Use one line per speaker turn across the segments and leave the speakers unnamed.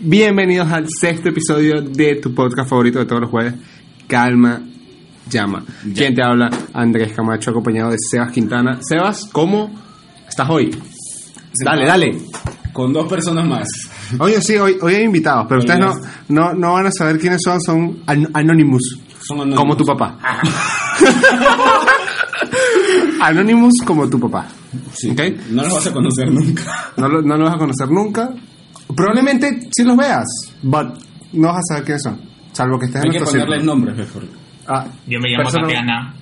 Bienvenidos al sexto episodio de tu podcast favorito de todos los jueves, Calma Llama. Quien te habla, Andrés Camacho, acompañado de Sebas Quintana. Sebas, ¿cómo estás hoy? Dale, dale.
Con dos personas más.
Oye, sí, hoy, hoy hay invitados, pero
Hoy
ustedes no,
hay-
no, no van a saber quiénes son, son an- Anonymous,
Son anónimos.
como tu papá. Anonymous como tu papá.
Sí.
¿Ok?
No los vas a conocer nunca.
No lo, no lo vas a conocer nunca. Probablemente sí los veas, but no vas a saber quiénes son. Salvo que estés
Hay
en
que
nuestro
ponerles
círculo.
nombres mejor.
Ah,
Yo me llamo
persona-
Tatiana.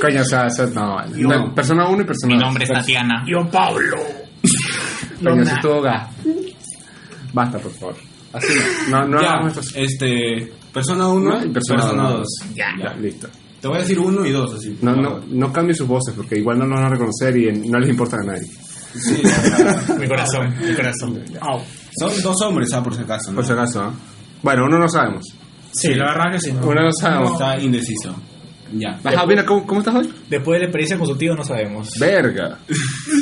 Coño, o sea, eso- no, no, Persona 1 y persona
Mi
2.
nombre es Tatiana.
Yo, Pablo.
Coño, eso estuvo gas. Basta, por favor. Así no. No, no
ya,
hagamos esto.
este. Persona 1
No,
y
y persona
persona
dos.
2.
Ya.
listo.
Te voy a decir 1 y 2, así.
No, no, no cambie sus voces porque igual no nos van a reconocer y no les importa a nadie.
Sí, ya.
Mi corazón, mi corazón.
Son dos hombres, ah, por si acaso. ¿no?
Por si acaso, ¿ah? Bueno, uno no sabemos.
Sí, la verdad que sí. ¿no?
Uno no
No,
sabemos.
Está indeciso. Ya.
Ajá, mira, ¿cómo, cómo estás hoy?
Después de la experiencia con su tío no sabemos.
Verga.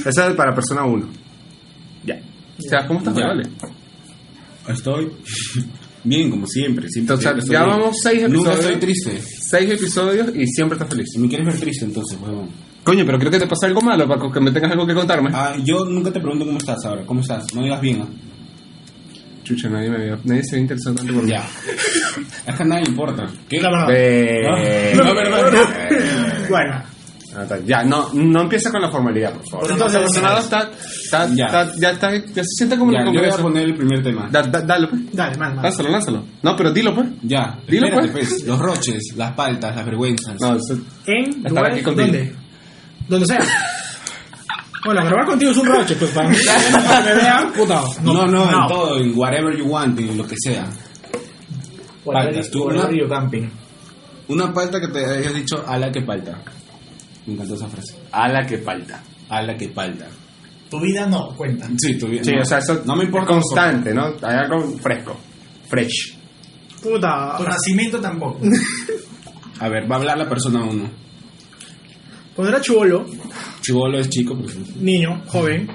Esa es para persona 1. Ya. O sea, ¿cómo estás?
Ya.
Vale.
Estoy. Bien, como siempre. siempre
Entonces,
siempre estoy
ya
bien.
vamos seis
Nunca
episodios.
estoy triste.
Seis episodios y siempre estás feliz.
Si me quieres ver triste, entonces, huevón.
Coño, pero creo que te pasa algo malo para que me tengas algo que contarme.
Ah, yo nunca te pregunto cómo estás ahora. ¿Cómo estás? No digas bien, ¿ah?
Chucha, nadie me vio. Nadie se ve interesante tanto por mí.
Ya. Es que a nadie le importa.
¿Qué es la verdad? Ah.
Eh,
No, pero-
Bueno,
Ah, está. Ya, no, no empieza con la formalidad, por favor.
Pero entonces,
Entonces,
¿qué
nada,
es?
está, está,
Ya.
está- ya está, ya se siente como
Ya,
una
yo voy a
conversación.
poner el primer tema.
Da- da- dale, pues.
dale, mal, mal.
Lánzalo, lánzalo. No, pero dilo, pues.
Ya,
Dilo,
espérate,
pues.
pues. Los roches, las paltas, las vergüenzas.
No, eso-
¿En?
Estar
¿Lugar?
aquí contigo.
¿Dónde? Donde sea. Bueno, grabar contigo es un roche, pues para mí. Para que me vean, puta.
no, no, en
no.
todo, en whatever you want, en lo que sea. Paltas, tú,
Guardar
¿no?
y camping.
Una palta que te hayas dicho, a la que palta. Me encantó esa frase.
A la que falta.
A la que palta.
Tu vida no cuenta.
Sí, tú bien.
Sí,
no,
o sea, eso
no me importa.
es constante, ¿no? Hay algo fresco. Fresh.
Puta.
Tu nacimiento tampoco.
A ver, va a hablar la persona uno.
Cuando era chivolo,
Chivolo es chico, pues.
niño, joven,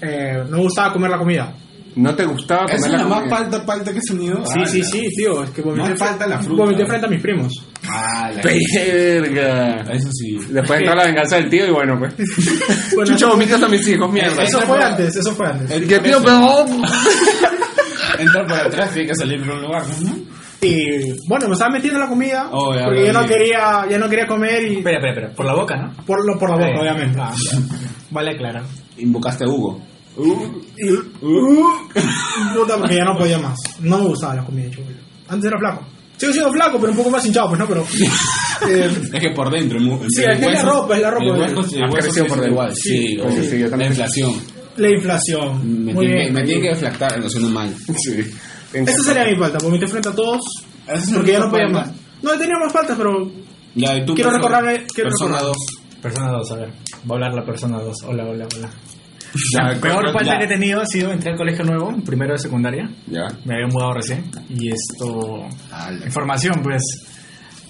eh, no me gustaba comer la comida.
No te gustaba comer
¿Esa es
la
la más
comida?
palta, palta que he sonido?
Sí, sí, sí, tío. Es que vomité,
No falta la fruta.
vomité frente a mis primos.
Verga.
Eso sí.
Después entró la venganza del tío y bueno, pues.
Bueno,
Chucho, vomitas a mis hijos, mierda.
Eso fue antes, eso fue antes.
¿Qué
Entra
tío,
por-
perdón?
Entra por atrás, tiene que salir por un lugar, ¿no?
Y bueno, me estaba metiendo la comida
Oh, ya
porque yo no
aprendí.
quería, ya no quería comer y
Espera, espera, espera. Por la boca, ¿no?
por lo por la boca,
Eh.
obviamente. vale, claro.
Invocaste a Hugo. Uh.
Puta, porque ya no podía más. No me gustaba la comida de chocolo. Antes era flaco. Sigo siendo flaco, pero un poco más hinchado, pues no, pero eh,
Es que por dentro. el mu- el-
Sí,
el
es que es la
hueso-
ropa, es la ropa.
El hueso, el
Ha
hueso
crecido por
sí es
dentro.
igual, sí.
Sí,
obvio.
sí, yo
la
también.
inflación.
la inflación.
Me
Muy
tiene, que,
bien.
me tiene que deflactar, no suena mal.
Sí.
Esa sería mi falta, vomité frente a todos porque ya no podía más. No, tenía más faltas, pero
Ya, y tú,
Quiero
persona-
recordarle- quiero
persona
recordar.
dos.
Persona 2, a ver. Va a hablar la persona 2. Hola, hola, hola.
Ya,
La peor
ya.
falta que he tenido ha sido entrar al colegio nuevo, primero de secundaria.
Ya.
Me había mudado recién. Y esto.
Ala.
Información, pues.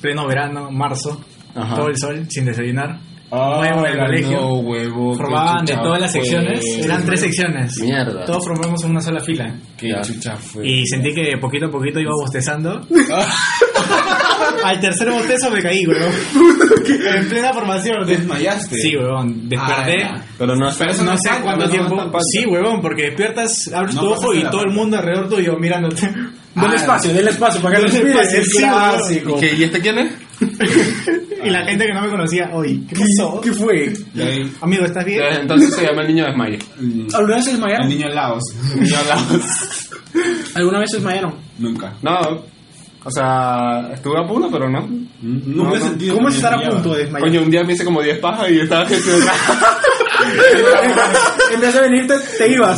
Pleno verano, marzo.
Ajá.
Todo el sol, sin desayunar. Nuevo en el
Ala,
colegio.
Ah, no, huevo, qué
Formaban de
chucha
todas las
fue.
secciones. Eran tres secciones.
Mierda.
Todos formamos una sola fila.
Qué
Ya.
chucha fue.
Y sentí que poquito a poquito iba bostezando. Al tercer bostezo me caí, weón. en plena formación.
¿Desmayaste?
Sí, weón.
ah,
Desperté.
Ala.
Pero no
Pero Este, eso
No
es
sé
falta,
cuánto
no,
tiempo.
no es tan falta.
sí, huevón, porque despiertas, abres
No
tu ojo
pasaste
y
la
todo el
parte.
mundo alrededor tuyo mirándote.
Denle
Ah,
espacio, denle espacio para que
Denle
respire,
espacio,
el
sí,
clásico.
¿Y, qué, ¿Y este quién es?
y la gente que no me conocía, oye, ¿qué pasó?
¿Qué fue?
Y ahí,
Amigo, ¿estás bien?
Desde Entonces se llama el niño desmayo.
mm,
¿Alguna vez se
El
desmayaron?
niño Laos.
Niño Laos.
¿Alguna vez se desmayaron?
Nunca.
No. O sea, estuve a punto, pero no.
Nunca
No,
he
no.
sentido
¿Cómo
que
es
me
estar a
desmayaba.
punto de desmayar?
Coño, un día me hice como 10 pajas y estaba gestionando.
en vez de venirte, te ibas.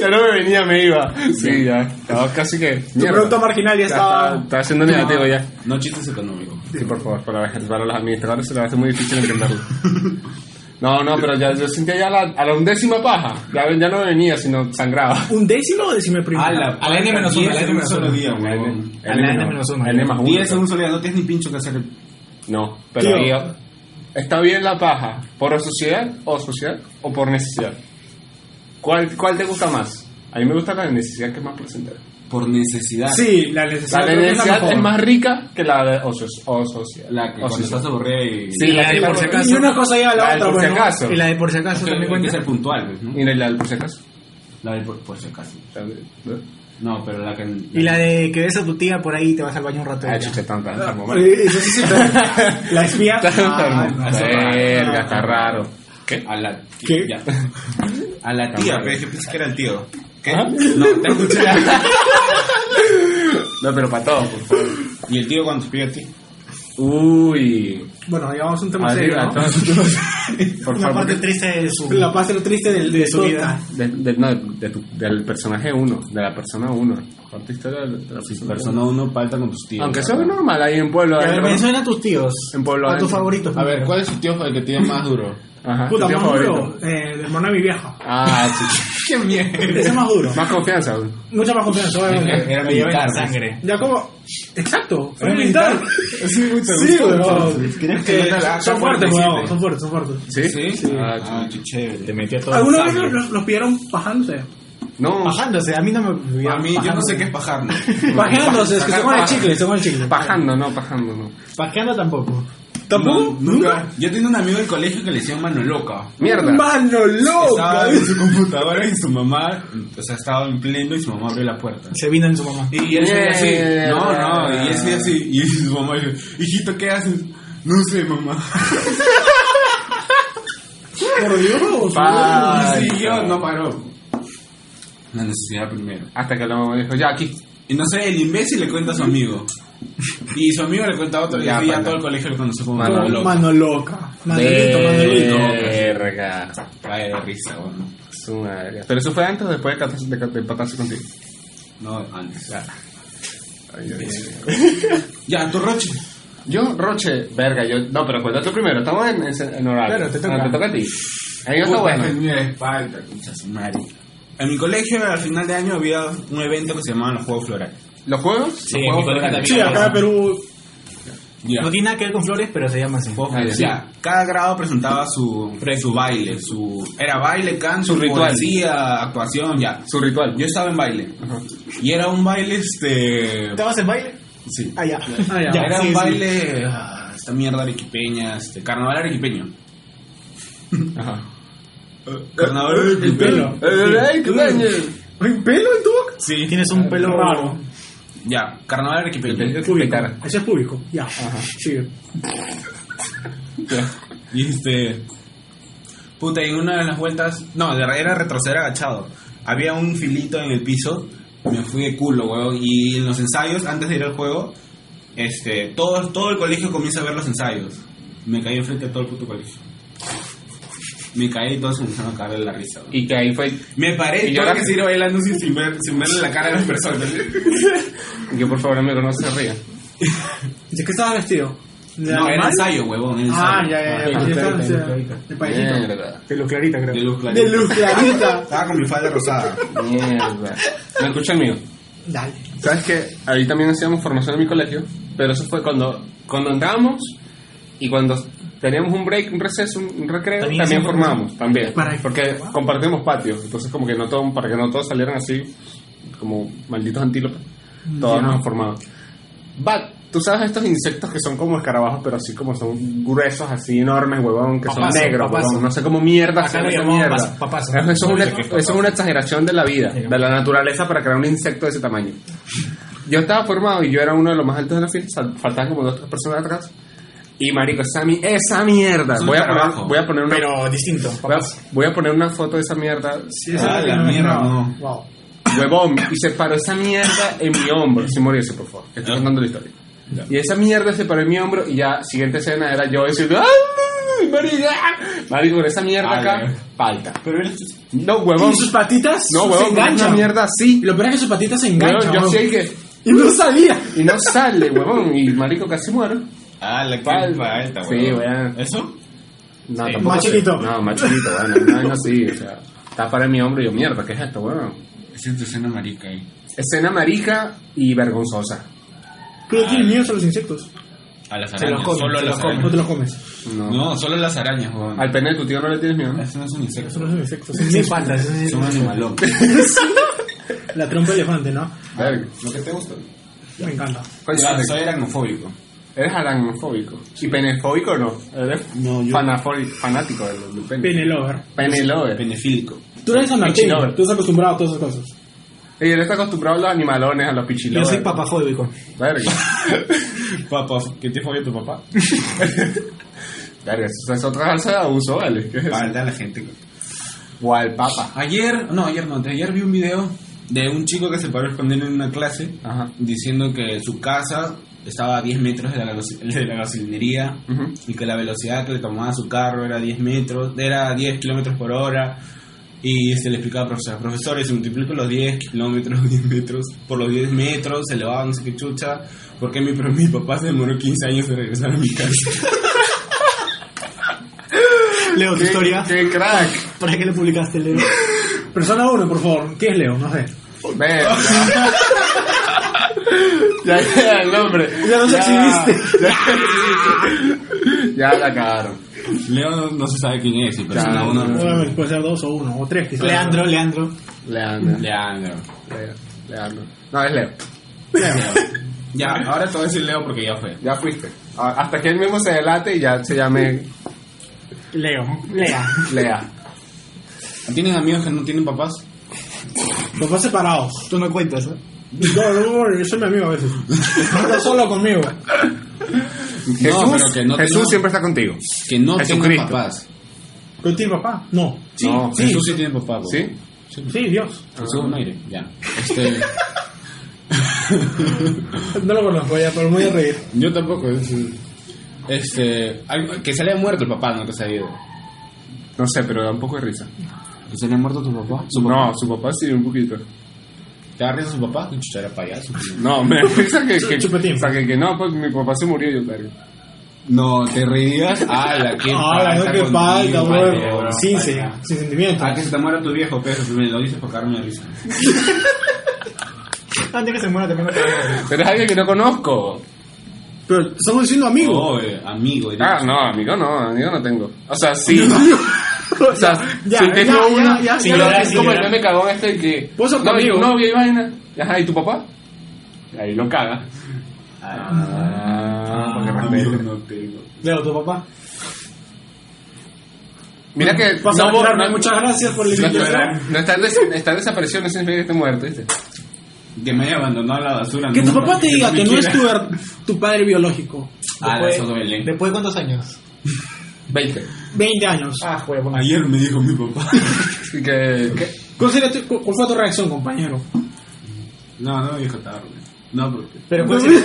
ya no me venía, me iba. Sí, ya. Estaba casi que.
Tu producto marginal ya
estaba.
estaba.
Estaba siendo negativo ya.
No chistes económicos.
Sí, por favor, para, para los administradores se les hace muy difícil entenderlo. No, no, pero ya yo sentía ya la- a la undécima paja. Ya, ya no me venía, sino sangraba.
¿Un décimo o Eh, décimo primero?
Ah,
A la N menos uno, a la N menos uno.
día, huevón.
N-
A la N menos uno.
N más uno.
10 en un solo día, no tienes ni pincho que hacer.
No, pero
Tío.
ahí- está bien la paja, por sociedad o sociedad o por necesidad. ¿Cuál, cuál te gusta más? A mí me gusta la necesidad que es más placentera.
Por necesidad.
Sí, la necesidad,
La
creo que es la
necesidad
mejor.
es más rica que la de osos- osocia-
La que cuando
osocial.
estás aburrida y...
Sí, la que
Y por si
está-
acaso.
Y una cosa lleva a la,
La del
otra,
por si
bueno.
acaso.
Y la de por si acaso
Hay
también
que
cuenta.
ser puntual, pues, ¿no?
Y la del por si acaso.
La del por, por si acaso.
¿Sabes? ¿No?
Ah,
No, pero la que...
Y la de que ves a tu tía por ahí y te vas al baño un rato. y
Ah,
ya.
chucha, tan tan tan
Eh, eso sí, sí, pero- la espía.
Está
Ah,
enfermo.
no.
Verga, está raro.
¿Qué? A la tía.
¿Qué?
ya. A la tía, pero dije, pensé que era el tío. ¿Qué?
¿Ah?
No, te escuché.
No, pero para todo, por favor.
¿Y el tío cuando escribe a ti?
Uy.
Bueno, llevamos un tema serio,
Arriba,
¿no?
entonces, Por
Una
favor.
parte triste de su.
La paz de lo triste del, de su vida.
De, de- no, de tu- del personaje 1, de la persona 1. ¿Cuánta historia de la persona
Persona uno palta con tus
1?
tíos.
Aunque eso es normal ahí en Pueblo.
Y a ver,
adentro.
menciona a tus tíos.
En Pueblo
A tus
Adentro.
favoritos.
A ver, ¿cuál es su tío el que tiene más duro?
Ajá,
Puta,
tu tío
más duro.
favorito.
Eh, el hermano de mi vieja.
Ah, chucha.
¡Qué mierda!
Ese es más duro.
Más confianza, güey.
Mucha más confianza, obviamente.
Era
Me lleva en la
militar.
sangre.
Ya como... Exacto. Fue militar.
Sí,
Sí, bro.
Querías que
Eh,
no te la-
Son
son
fuertes,
fuertes,
weón.
sí.
Son fuertes, son fuertes.
¿Sí?
¿Sí?
Ah,
Ah,
chucha.
qué chévere.
Te metía todo. en
¿Alguna vez
sangre.
los, los pillaron bajándose?
No,
Bajándose, a mí no me.
A mí, yo no sé qué es pajar, ¿no?
Bajándose, es que se con el chicle, se con el chicle.
pajando, no, pajando, no.
Pajeando tampoco.
¿Tampoco?
Nunca. Yo tenía un amigo del colegio que le decían mano loca.
Mierda.
¡Mano
Estaba
loca!
en su computadora y su mamá, o sea, estaba en pleno y su mamá abrió la puerta.
Se vino en su mamá.
Y él seguía así.
Mierda.
No, no, y él seguía así. Y su mamá dijo, hijito, ¿qué haces? No sé, mamá.
Por Dios.
Pa- Ay,
y siguió,
no.
no paró. La necesidad primero.
Hasta que la mamá dijo, ya aquí.
Y no sé, el imbécil le cuenta a su amigo. Y su amigo le cuenta a otro. Y
Ya,
así ya
pana.
todo el colegio lo conoció como
Mano
mano
weón.
loca.
Mano loca. Manolito, manolito.
Verga.
Cae de risa, bueno.
Su madre. Pero eso fue antes o después de catarse- de de empatarse contigo.
No, antes.
Ya. Ay, Dios mío.
Ya, tu roche.
Yo, Roche, verga, yo. No, pero cuéntate primero, estamos en, en, en oral.
Claro, te toca.
Ah, te toca a ti. A mí me está
Puta,
bueno.
tenía la espalda, concha su madre. En mi colegio, al final de año, había un evento que se llamaba los Juegos Florales.
¿Los juegos?
Sí,
Los juegos
mi colega
florales.
Sí, acá en Perú.
Ya.
No tiene nada que ver con flores, pero se llama así.
Juegos
Ah,
Florales.
ya.
Ya. Cada grado presentaba su, su baile, su... Era baile, canto,
Su ritual.
poesía, actuación, ya.
Su ritual.
Yo estaba en baile. Y era un baile, este...
¿Estabas en baile?
Sí.
Ah, ya.
Ah, ya.
era
sí,
un
sí.
baile... ah, esta mierda arequipeña, este... Carnaval arequipeño.
Ajá.
Carnaval arequipeño.
¡Ay, qué daño!
¿Hay pelo en tu boca?
Sí.
Tienes un pelo
Raro.
Ya, carnaval arequipeño.
Público.
Ese es público. Ya. Sigue.
Y este. Puta, y en una de las vueltas. No, de- era retroceder agachado. Había un filito en el piso. Me fui de culo, weón. Y en los ensayos, antes de ir al juego, este, todo, todo el colegio comienza a ver los ensayos. Me caí enfrente de todo el puto colegio. Me caí y todos se empezaron a caer de la risa, weón.
Y que ahí fue.
Me paré
¿Y
y yo que
lloraste?
seguir bailando sin, sin ver, sin verle la cara a las personas.
Yo, por favor, amigo, no se ría.
¿De qué estabas vestido? ¿De
No, era
animal?
ensayo, huevón. era
Ah,
ensayo.
ya, ya, ya.
Ah,
De
ya,
esta-
ya,
sea,
ya, ya.
de pañito.
Mierda.
De luz clarita, creo.
De luz clarita.
De luz clarita.
Estaba con mi falda rosada.
Ah, Mierda. ¿Me escucha el mío?
Dale.
¿Sabes qué? Ahí también hacíamos formación en mi colegio, pero eso fue cuando, cuando entrábamos y cuando teníamos un break, un receso, un un recreo, también,
También hacían
formábamos, también.
Para-
Porque compartimos patios, entonces como que no todos, para que no todos salieran así, como malditos antílopes,
Mm,
todos nos formábamos. Bat, tú sabes estos insectos que son como escarabajos, pero así como son gruesos, así enormes, huevón, que
Papazo,
son negros,
papazo.
huevón, no sé cómo mierda
Acá
se
lo
llama esa
llamamos
mierda.
pas- papazo.
Eso es una-
No sé qué es
eso es una exageración de la vida, de la naturaleza para crear un insecto de ese tamaño. Yo estaba formado y yo era uno de los más altos de la fila, sal- faltaban como dos tres personas atrás. Y marico, esa, mi- esa mierda.
Es un
Voy a, poner,
escarabajo.
voy a poner una
Pero distinto.
voy a, voy a poner una foto de esa mierda.
Sí, esa
Ah,
es la
la
que me
mierda,
imaginaba.
no.
Wow.
Huevón, y se paró esa mierda en mi hombro, sin morirse, por favor. que Estoy contando la historia. Y esa mierda se paró en mi hombro y ya, siguiente escena era yo diciendo, ¡Ay, marica! Marico, con esa mierda
Ah,
acá,
ya.
falta.
Pero
No,
Y
huevón.
sus patitas
No,
se
huevón, con
enganchan.
esa mierda así.
Lo peor es que sus patitas se
Huevón,
enganchan.
yo
huevón.
así hay que...
Y no sabía.
Y no sale, huevón. Y marico casi muero.
Ah, la
Pal-
culpa alta,
Sí,
güey.
weón.
¿Eso?
No,
más
sé.
chiquito.
No, más chiquito, bueno, no, no, así, o sea, está para mi hombro y yo, mierda, ¿qué es esto, weón?
Esa es tu escena marica ahí.
Escena marica y vergonzosa.
Tú le tienes miedo a los insectos.
A las
Se los
arañas.
come,
solo a
se
las
los come.
No
arañas.
te los comes.
No.
No, solo a las arañas, weón.
Al pene de tu tío no le tienes miedo. ¿no?
Ese no es un insecto.
Son los insectos.
Sin patas.
Es un animalón.
La trompa de elefante, ¿no?
Verga.
Lo que te gusta.
Me encanta.
Coño,
Ya,
eres-
soy aracnofóbico.
Eres aranfóbico. ¿Y penefóbico no? Eres
No, yo-
fanafóbico- fanático de los del pene.
Penelover.
Penelover.
Benefílico.
Tú eres
Pechilover.
anarquista, tú estás acostumbrado a todas esas cosas.
Y él está acostumbrado a los animalones, a los
Yo
pichilovers.
soy papafóbico.
Verga.
Papá, ¿qué te fue tu papá?
Verga, eso es otra salsa de abuso, ¿vale? ¿Qué es eso?
Falta la gente.
O al papa.
Ayer, no, ayer no, ayer vi un video de un chico que se paró a responder en una clase
Ajá.
diciendo que su casa estaba a 10 metros de la, gaso- de la gasolinería
Ujú.
y que la velocidad que le tomaba su carro era 10 metros, era 10 kilómetros por hora. Y se le explicaba al profesor, profesores, se multiplico los 10 kilómetros, 10 metros, por los 10 metros, se elevaba no sé qué chucha, porque mi, pero mi papá se demoró 15 años en regresar a mi casa.
Leo, tu
¿Qué-
historia.
¡Qué crack!
¿Para qué le publicaste, Leo?
Persona 1, por favor. ¿Qué es Leo? No sé.
Verga. ya llega el nombre.
Ya nos exhibiste.
Ya, ya la cagaron.
Leo no, no se sabe quién es, y persona
Claro.
uno no-
Obviamente puede ser 2 o 1 o 3 quizás.
Leandro, Leandro.
Leandro.
Leandro.
Leo. Leandro. No, es Leo.
Ya, ahora te voy a decir Leo porque ya fue.
Ya fuiste. A- Hasta que él mismo se delate y ya se llame
Leo. Lea.
Lea.
¿Tienen amigos que no tienen papás?
Papás separados.
Tú no cuentas, ¿eh?
No, no, no, yo soy mi amigo a veces. Está solo conmigo.
Jesús,
pero que no
Jesús
tengo-
siempre está contigo.
Que no
Jesucristo.
tengan papás.
¿Tú tienes papá? No.
Sí,
No,
sí.
Jesús
Jesús sí tiene papá. güey.
¿Sí?
Sí, Dios.
Jesús es un aire, ya. Este,
No lo conozco ya, pero me voy a reír.
yo tampoco. es- Este, algo- que se le haya muerto el papá, no que se haya ido.
No sé, pero da un poco de risa.
Que se le haya muerto tu papá. Su papá.
No, su papá sí, un poquito.
¿Te da risa su papá? Chucha, era payaso.
No, me da risa que, que,
Chupetín.
o sea, que, que no, pues mi papá se murió yo, verga.
No, te reías. ¡Hala, qué
Ah, no, qué falta, bro. Sin, sin,
señor.
sin sentimiento.
A que se te muera tu viejo, pero me lo dices por cagarme de risa.
Antes que se muera, te mando a
Pero es alguien que no conozco.
Pero estamos siendo amigos.
Oh, eh, amigo. eh.
Ah, no, amigo no, amigo no tengo. O sea, sí. o sea,
Ya,
sí
ya,
tengo
ya,
una.
ya,
sí,
ya,
pero
ya,
es
sí,
como el
ya.
meme cagón este que.
Vos sos tu
no, y
amigo.
novia y vaina. Ajá, ¿y tu papá? Ahí lo caga. porque
Ah,
respete.
amigo, no tengo.
Leo, tu papá.
Mira que.
Vas a
no, vos-
tirarme.
no-
Muchas gracias por la
No,
invitación.
no estar, des estar desaparecido no significa que esté muerto, ¿viste?
Que me haya abandonado a la basura.
Que tu
nunca,
papá te diga que no es
siquiera-
tu, her- tu padre biológico.
Ah,
Después-
eso duele.
¿Después de cuántos años?
20.
20 años.
Ah, juego.
Ayer me dijo mi papá.
Así que. ¿qué?
¿Cuál, sería tu- cu- cuál fue tu reacción, compañero?
No, no me dijo tarde. No, porque.
Pero ¿cuál, sería,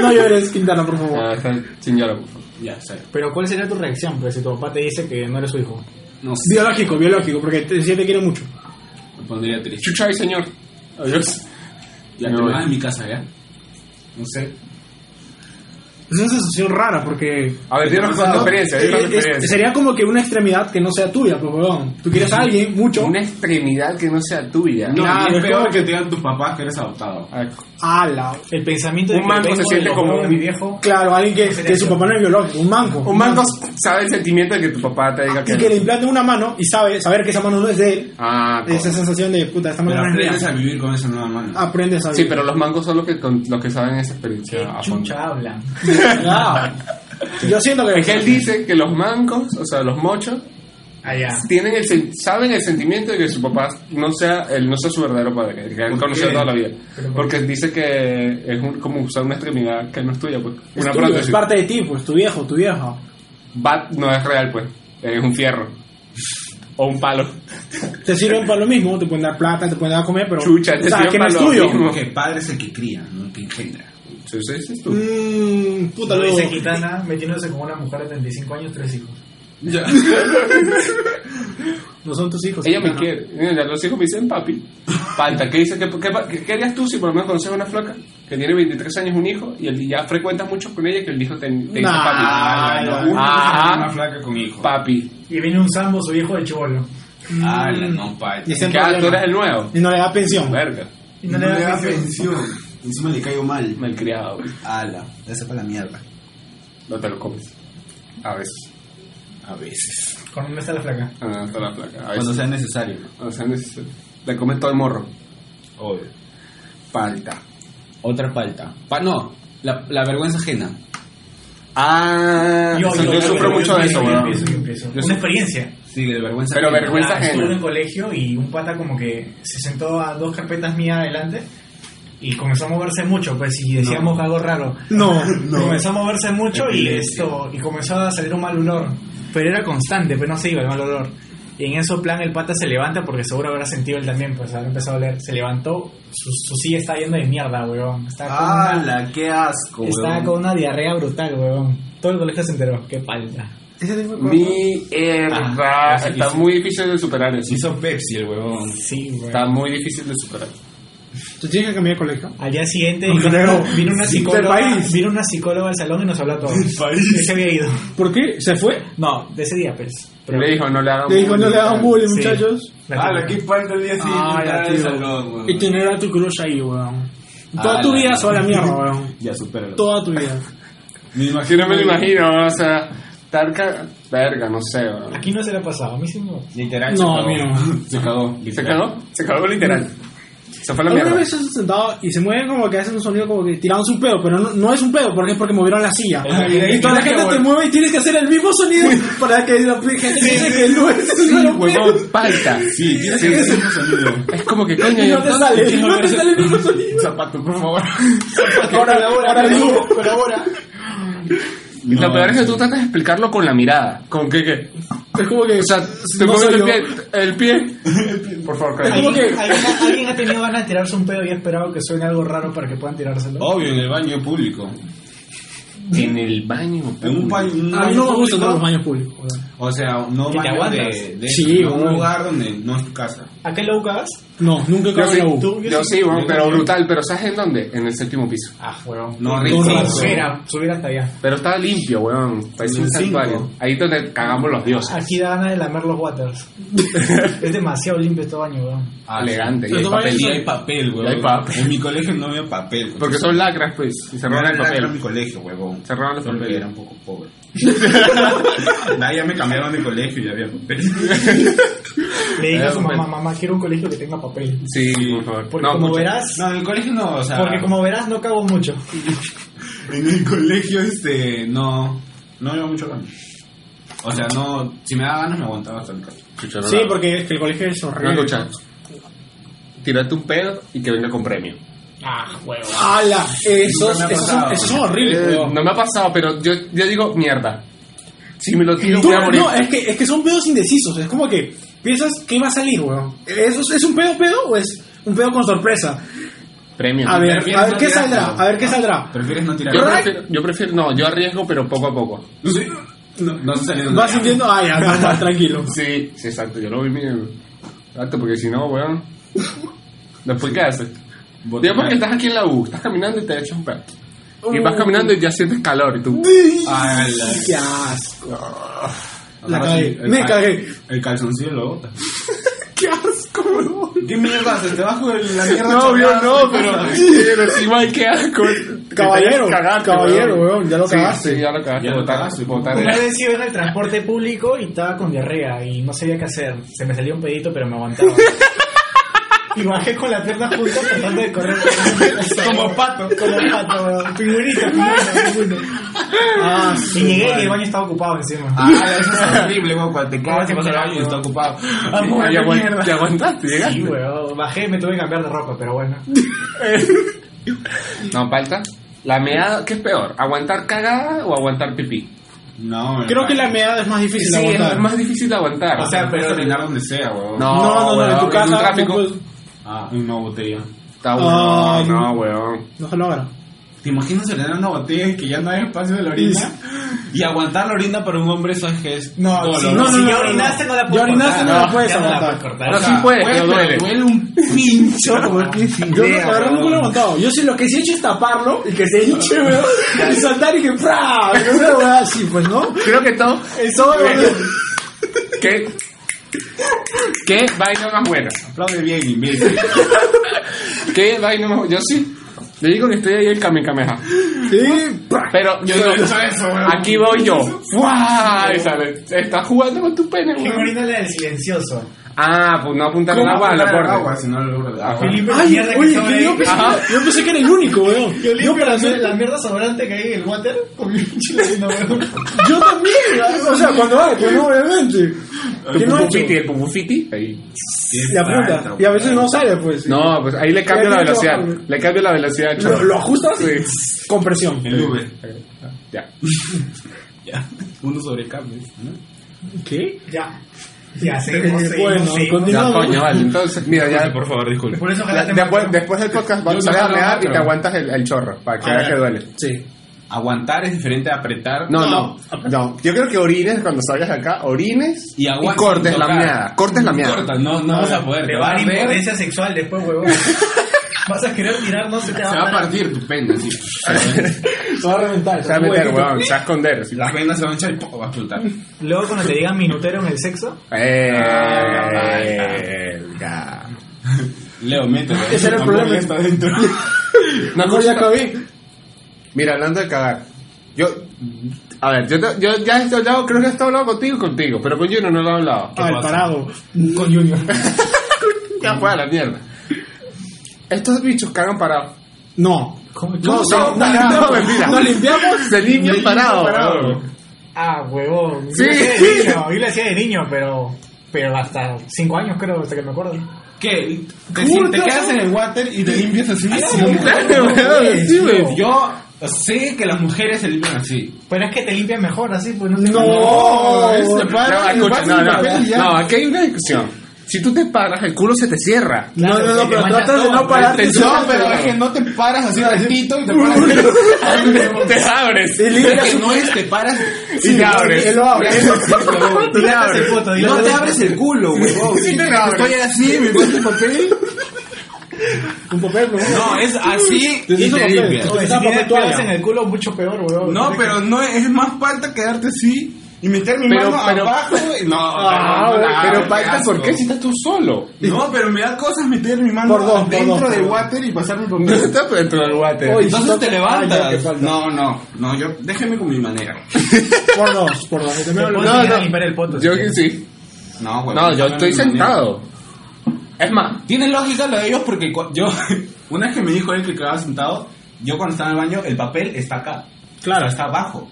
no llores, Quintana, por favor.
Ah, está sin llorar, por favor.
Ya, sé.
pero ¿cuál sería tu reacción pues, si tu papá te dice que no eres su hijo?
No sé.
Biológico, biológico, porque te decía te quiere mucho.
Me pondría triste.
Chucha, ay, señor. Adiós.
Ya
Me
te
voy.
vas de mi casa, ¿ya? No sé.
Es una sensación rara porque...
A ver, dinos con tu experiencia, dinos tu
Eh, es-
experiencia.
sería como que una extremidad que no sea tuya, pues, weón. Tú quieres a alguien mucho.
Una extremidad que no sea tuya.
No,
Ah,
y es
es
peor
como-
que te digan tus papás que eres adoptado.
A ver,
Ah,
Ala.
El pensamiento
Un
de que
manco se
vengo
siente
del
como
horror de
un-
mi viejo.
Claro, alguien que, que su papá no es biológico, un manco.
Un manco sabe el sentimiento de que tu papá te
Ah,
diga
Y que le
que.
implante una mano y sabe, saber que esa mano no es de él.
Ah,
Esa
coño.
sensación de puta, esta
Pero
mano no es
aprendes
mía.
a vivir con esa nueva mano.
Aprendes a
Sí,
vivir.
pero los mangos son los que, con- los que saben esa experiencia a fondo.
Chucha hablan.
Claro. Yo siento que.
Es que él dice que los mancos, o sea, los mochos,
Allá.
tienen el sen- saben el sentimiento de que su papá no sea el no sea su verdadero padre, el que han
¿Por
conocido
qué?
toda la vida.
Pero ¿por
Porque dice que es un- como usar una extremidad que no es tuya, pues.
Es
Una
tuyo, es
prótesis.
parte de ti, pues tu viejo, tu vieja.
Bat no es real, pues. Es un fierro. O un palo.
Te sirven para lo mismo, te pueden dar plata, te pueden dar a comer, pero.
Chucha, te
o sea,
sirven
que no
para
es
lo
tuyo.
mismo.
Como que padre es el que cría, no el que engendra.
Sí, sí, sí, tú.
Mmm, puta,
Lo
luego.
dice Kitana metiéndose con una mujer de 35 años, tres hijos.
Ya.
No son tus hijos.
Ella me
Kitana.
quiere. Mira, los hijos me dicen papi. Panta, ¿qué dice? ¿Qué, qué, qué, qué harías tú si por lo menos conoces a una flaca que tiene 23 años un hijo y el- ya frecuentas mucho con ella que el hijo te, te dice
Nah,
Ah,
papi?
no. Uno
Ah.
es una flaca con hijo.
Papi.
Y viene un sambo, su hijo de chivolo.
Ah, la no, pa.
Y, está en
Que ah, tú
problema.
eres el nuevo.
Y no le da pensión.
Verga.
Y no, le da atención.
Encima le caigo mal.
Malcriado.
Ala, esa para la mierda.
No te lo comes. A veces.
A veces.
Con dónde está la flaca.
Ah, toda la placa. A
Cuando
veces.
sea necesario.
O sea, neces- le comes todo el morro.
Obvio. Palta. Otra palta. Pa- no, la, la vergüenza ajena.
Ah,
Yo,
yo,
yo, yo,
sufro
yo,
mucho
yo
de
empiezo,
eso,
yo
weón.
empiezo, yo empiezo.
Yo
Una
sé-
experiencia.
Sí, de vergüenza
Pero
ajena.
vergüenza
Ah, Estuve en
ajena.
el colegio y un pata como que se sentó a dos carpetas mías adelante y comenzó a moverse mucho, pues, y decíamos algo raro.
No,
Comenzó a moverse mucho y esto, y comenzó a salir un mal olor. Pero era constante, pues no se iba el mal olor. Y en eso plan el pata se levanta porque seguro habrá sentido él también, pues habrá empezado a oler. Se levantó, su, su silla estaba yendo de mierda, weón. Estaba
Ah,
con, una,
¡Hala, qué asco,
estaba
weón!
con una diarrea brutal, weón. Todo el colegio se enteró, qué palta.
Ese tipo de cosas.
Mierda,
Ah, sí,
está
sí.
muy difícil de superar eso.
Hizo Pepsi el huevón.
Sí, weón.
Está muy difícil de superar.
¿Tú tienes que cambiar de colegio?
Al día siguiente
No
vino,
creo.
vino una
Sí,
psicóloga,
del país.
vino una psicóloga al salón y nos habló a todos.
país.
Ese había ido.
¿Por qué? ¿Se fue?
No, de ese día, pues. Pero-
Le dijo, no le hagan
Le dijo, no le hagan bullying,
Sí.
muchachos.
La
¡Hala,
típica.
qué palta el día siguiente!
Ah, la
entrar al
tío.
salón, weón.
Y tener a tu crush ahí, weón. Toda
Ah,
tu
la-
vida sola mierda, weón.
Ya, supéralo.
Toda tu vida.
Sí, no
Me imagino,
me lo imagino, o sea, tarca, verga, no sé, weón.
Aquí no se le ha pasado, a mí sí me...
Literal,
No,
se
mío.
cagó. Se cagó.
¿Se
literal.
cagó? Se cagó literal. Se fue a la
Alguna
mierda.
vez se han sentado y se mueven como que hacen un sonido como que tiraron su pedo, pero no, no es un pedo porque es porque movieron la silla.
Ah, y de ahí
Y toda la
tienes que
gente te
vol-
mueve y tienes que hacer el mismo sonido para que la gente piense que no es el mismo pedo.
Huevón, palta.
Sí, tienes que hacer un sonido.
Es como que coño,
Y
yo
no te sale, no te sale el mismo sonido.
Zapato, por favor.
Ahora, ahora digo, pero ahora.
Lo
No,
peor es que
sí.
tú tratas de explicarlo con la mirada. Con que, que
Es como que.
o sea, te
no
mueves
soy
el
yo.
pie, el pie. Por favor, cállate.
como
¿Alguien,
que-
alguien ha- alguien ha tenido ganas de tirarse un pedo y ha esperado que suene algo raro para que puedan tirárselo?
Oh,
Obvio, en el baño público.
En el baño.
En un baño. un
A mí no
baño
me gustan
público,
los baños públicos. weón.
O sea, no
Que Ah. te
baño
aguantas.
de, de
Sí,
no, un
güey.
lugar donde no es tu casa.
¿A qué lo buscabas?
No, nunca he
Yo
cagado
sí,
en la U.
tú.
yo sí, weón, pero brutal. Pero ¿sabes en dónde? En el séptimo piso.
Ah, huevón.
No,
Sí,
rico.
subir, a- subir hasta allá.
Pero estaba limpio, weón. Parecía un
En el cinco.
santuario. Ahí es donde cagamos los dioses.
Aquí da ganas de lamer los waters. es demasiado limpio este baño, weón.
Elegante. Y
Pero
hay
tú vas
papel.
Y hay papel,
Y
güey.
hay papel.
En mi colegio no había papel. güey.
Porque son lacras, pues. Y se
No
roban
era
el
lacra mi
papel.
colegio, huevón.
Se roban el
Solo que
papel.
era un poco pobre. Nah, ya me cambiaron de colegio y había papel.
Le dije a su
Eh,
mamá,
bueno.
mamá, quiero un colegio que tenga papel.
Sí, por favor.
Porque como
mucho.
verás,
No, en el colegio no, o sea.
porque como verás no cago mucho.
En el colegio, este, no. No iba mucho ganas. O sea, no. Si me daba ganas, me aguantaba hasta el caso.
Chucha, no
Sí,
la-
porque es que el colegio es
No
horrible.
escucha. Tírate un pedo y que venga con premio.
Ah, huevo.
¡Hala! Esos,
Nunca me ha
esos, son,
pasado.
esos son horribles,
Eh,
weón.
no me ha pasado, pero yo, yo digo, mierda. Si me lo tiro,
Tú-
voy a morir.
eh,
no, es que, es que son pedos indecisos. Es como que piensas que va a salir, weón. ¿Es, ¿Es un pedo pedo o es un pedo con sorpresa?
Premio.
A ver,
Prefieres
a ver
no
qué
tirar,
saldrá,
weón.
a ver qué saldrá.
Prefieres no tirar.
yo,
¿Verdad?
prefiero, yo prefiero- no, yo arriesgo, pero poco a poco.
Sí. No, no se salió
Vas sintiendo, ay, ya, no, no, tranquilo.
Sí, sí, exacto, yo lo vi mío. Exacto, porque si no, weón. Después, ¿qué haces? Digo, porque estás aquí en la U, estás caminando y te echas un pedo. Y
Oh.
vas caminando y ya sientes calor y tú.
Ah, la-
¡Qué asco! La
Ahora
cagué,
sí, el
me
cal-
cagué.
El calzoncillo lo bota.
¡Qué asco, weón!
¿Qué mierda haces? Te bajo el, la mierda.
No, obvio,
chorreada,
no,
¿qué
pero,
pasa?
pero sí, man, qué asco.
Caballero,
Cagarte,
caballero, weón, ya lo
Sí,
cagaste.
Sí, ya lo cagaste. Ah,
Ya lo
botar-
cagaste.
botar
Una
el-
vez iba en el transporte público y estaba con diarrea y no sabía qué hacer. Se me salía un pedito, pero me aguantaba. Y bajé con la pierna junta tratando de correr. Como pato. Como pato, weón. Pingüinito, pingüino, pingüino.
Ah,
Y llegué y el baño estaba ocupado encima.
Ah, la- eso es horrible, weón. Cuando te cagas y vas al baño y está ocupado.
Ah,
Amor,
ya, aguant-
mierda.
ya aguantaste, llegaste.
Sí, weón. Bajé y me tuve que cambiar de ropa, pero bueno.
No, falta. La meada, ¿qué es peor? ¿Aguantar cagada o aguantar pipí?
No, me
Creo que la meada es más difícil de
es
aguantar.
más difícil de aguantar.
O sea, puedes terminar donde sea, weón.
No.
No, no, no, en tu
weón, en un
casa.
tráfico.
No, puedes-
Ah, en una botella.
Está bueno.
Ay.
no, weón.
Ah, no se logra.
¿Te imaginas ordenar una botella y que ya no hay espacio de la orina? Y aguantar la orina para un hombre, eso es que es. dolor.
si,
no,
si
no,
ya
no,
orinaste, no, la puedes
Ya orinaste,
cortar.
no la puedes
ya la
aguantar.
cortar.
No, sí puede, pero duele.
Duele un pincho, weón. Qué sin
Yo no,
idea,
la verdad,
weón.
nunca lo he montado. Yo sí lo que sí he hecho es taparlo y que se hinche, weón. y saltar y que ¡pra! Pero una weá así, pues, ¿no?
Creo que todo.
Eso, weón.
¿Qué? ¿Qué vaina más buena?
Aplaude bien, imbécil.
¿Qué vaina más buena? Yo sí. Le digo que estoy ahí en Kamehameha.
Sí, ¡pra!
Pero yo
no he
digo,
hecho eso, weón.
aquí voy yo. ¡Guau! Y sale, Estás jugando con tu pene,
¿Quién
weón.
orina la del silencioso?
Ah, pues no apuntar el
¿Cómo
agua al
agarrar
aporte.
agua si no al borde? Ajá.
Felipe,
Ay,
mierda que
oye,
sobra
que yo
ahí.
pensé, yo pensé que era el único, weón. Yo,
Yo
para
para
mí-
hacer la mierda sobrante que hay en el water con mi chile de
yo también, weón. o sea, cuando va, no, obviamente.
El
¿Qué no ha hecho?
pupufiti, el pupufiti. Ahí.
Qué
La apunta.
falta,
Y a veces Ah, no
pues.
sale, pues.
No, pues ahí le cambio
Ya
la
tiene que
velocidad.
bajarlo.
Le cambio la velocidad.
Lo,
chavo.
lo ajustas
Sí.
con presión.
El V.
Ya.
Ya. Uno sobre cambio, ¿no?
¿Qué?
Ya. Ya,
Eh,
seguimos, seguimos,
bueno,
seguimos.
continúa.
Ya,
No,
coño,
no.
vale. Entonces, mira, ya.
Por favor, disculpe.
Por eso ojalá
la-
te
después, después del podcast vas,
Yo
sales
no
a
lo
mear
hago,
y te
pero-
aguantas el, el chorro para que
Ah,
veas
ya.
que duele.
Sí.
Aguantar es diferente a apretar.
No, no, no. Yo creo que orines cuando salgas de acá, orines
Y aguas
cortes
sin
la
tocar.
meada. Cortes la meada.
Corta, no, no vas a poder.
Te
te
va a
vas a
dar
ver,
impotencia sexual después, huevón. Vas a querer tirar, no se te va
Se va a
a parar.
partir tu pena, sí.
Se va a reventar.
Se va a meter, weón. Se va a esconder. así.
Las venas se van a echar y ¡pum! va a explotar.
Luego cuando te digan minutero en el sexo,
Eh, ya.
Leo, métete.
Ese era el
Tampoco
problema.
está dentro.
No,
No, ya acabé.
Mira, hablando de cagar. Yo, a ver, yo, te- yo ya he hablado, creo que he hablado contigo y contigo, pero con Juno no lo he hablado.
Ah, el
pasa?
parado. Con Junior.
Ya fue a la mierda. Estos bichos cagan parados.
No.
No,
No,
no,
no,
no,
limpiamos,
no, mentira.
Nos limpiamos.
Se limpian
limpian
parados.
parados.
weón.
ah, huevón. Yo
Sí.
lo hacía de niño, Yo lo hacía de niño, pero, pero hasta 5 años creo, hasta que me acuerdo.
¿Qué? Te,
¿Cómo
te
te
quedas
vas a-
en el water y te limpias así.
Claro, weón, sí, weón.
Yo sé que las mujeres se limpian así.
Pero es que te limpias mejor así, pues no te
No,
ese
se
No,
para,
escucha,
se
no,
para
no,
y ya.
no, aquí hay una discusión. Si tú te paras, el culo se te cierra.
No, no, no, pero trata de no pararte.
No, pero es que no te paras así ratito y te paras.
te abres.
Y
Es
limpia
que
su-
no es, te paras.
Y te abres.
Él lo abre.
Tú le haces el foto, dile,
No te abres el culo, huevón.
Sí, te abres.
Estoy así, me pones el papel.
Un papel, ¿no?
No, es así
Te
y
hizo
te
papel.
limpias.
Oye,
Está
si tienes
papel
pelos
toalla.
en el culo, mucho peor, huevón.
No, pero no es más falta quedarte así y meter mi
Pero-
mano
pero-
abajo. y- No,
Ah,
no, no, no,
pero
no,
falta,
asco.
¿por qué si estás tú solo?
No, pero me da cosas meter mi mano
Por dos, por
dentro
dos, por
del
dos.
water y pasarme por
No estás dentro del water.
Oye,
Entonces te
Ah, ya, que
levantas.
falta.
No, no, no, yo déjeme con mi manera.
Por dos, por dos. que te me
Te
hablo.
puedes
No,
llegar a
no.
limpiar el poto. si
Yo que
quieres.
sí.
No, huevón,
No, yo estoy
déjame mi manera.
sentado. Es más,
Tiene lógica lo de ellos porque cu- yo, una vez que me dijo él que quedaba sentado, yo cuando estaba en el baño, el papel está acá. Claro. Está abajo.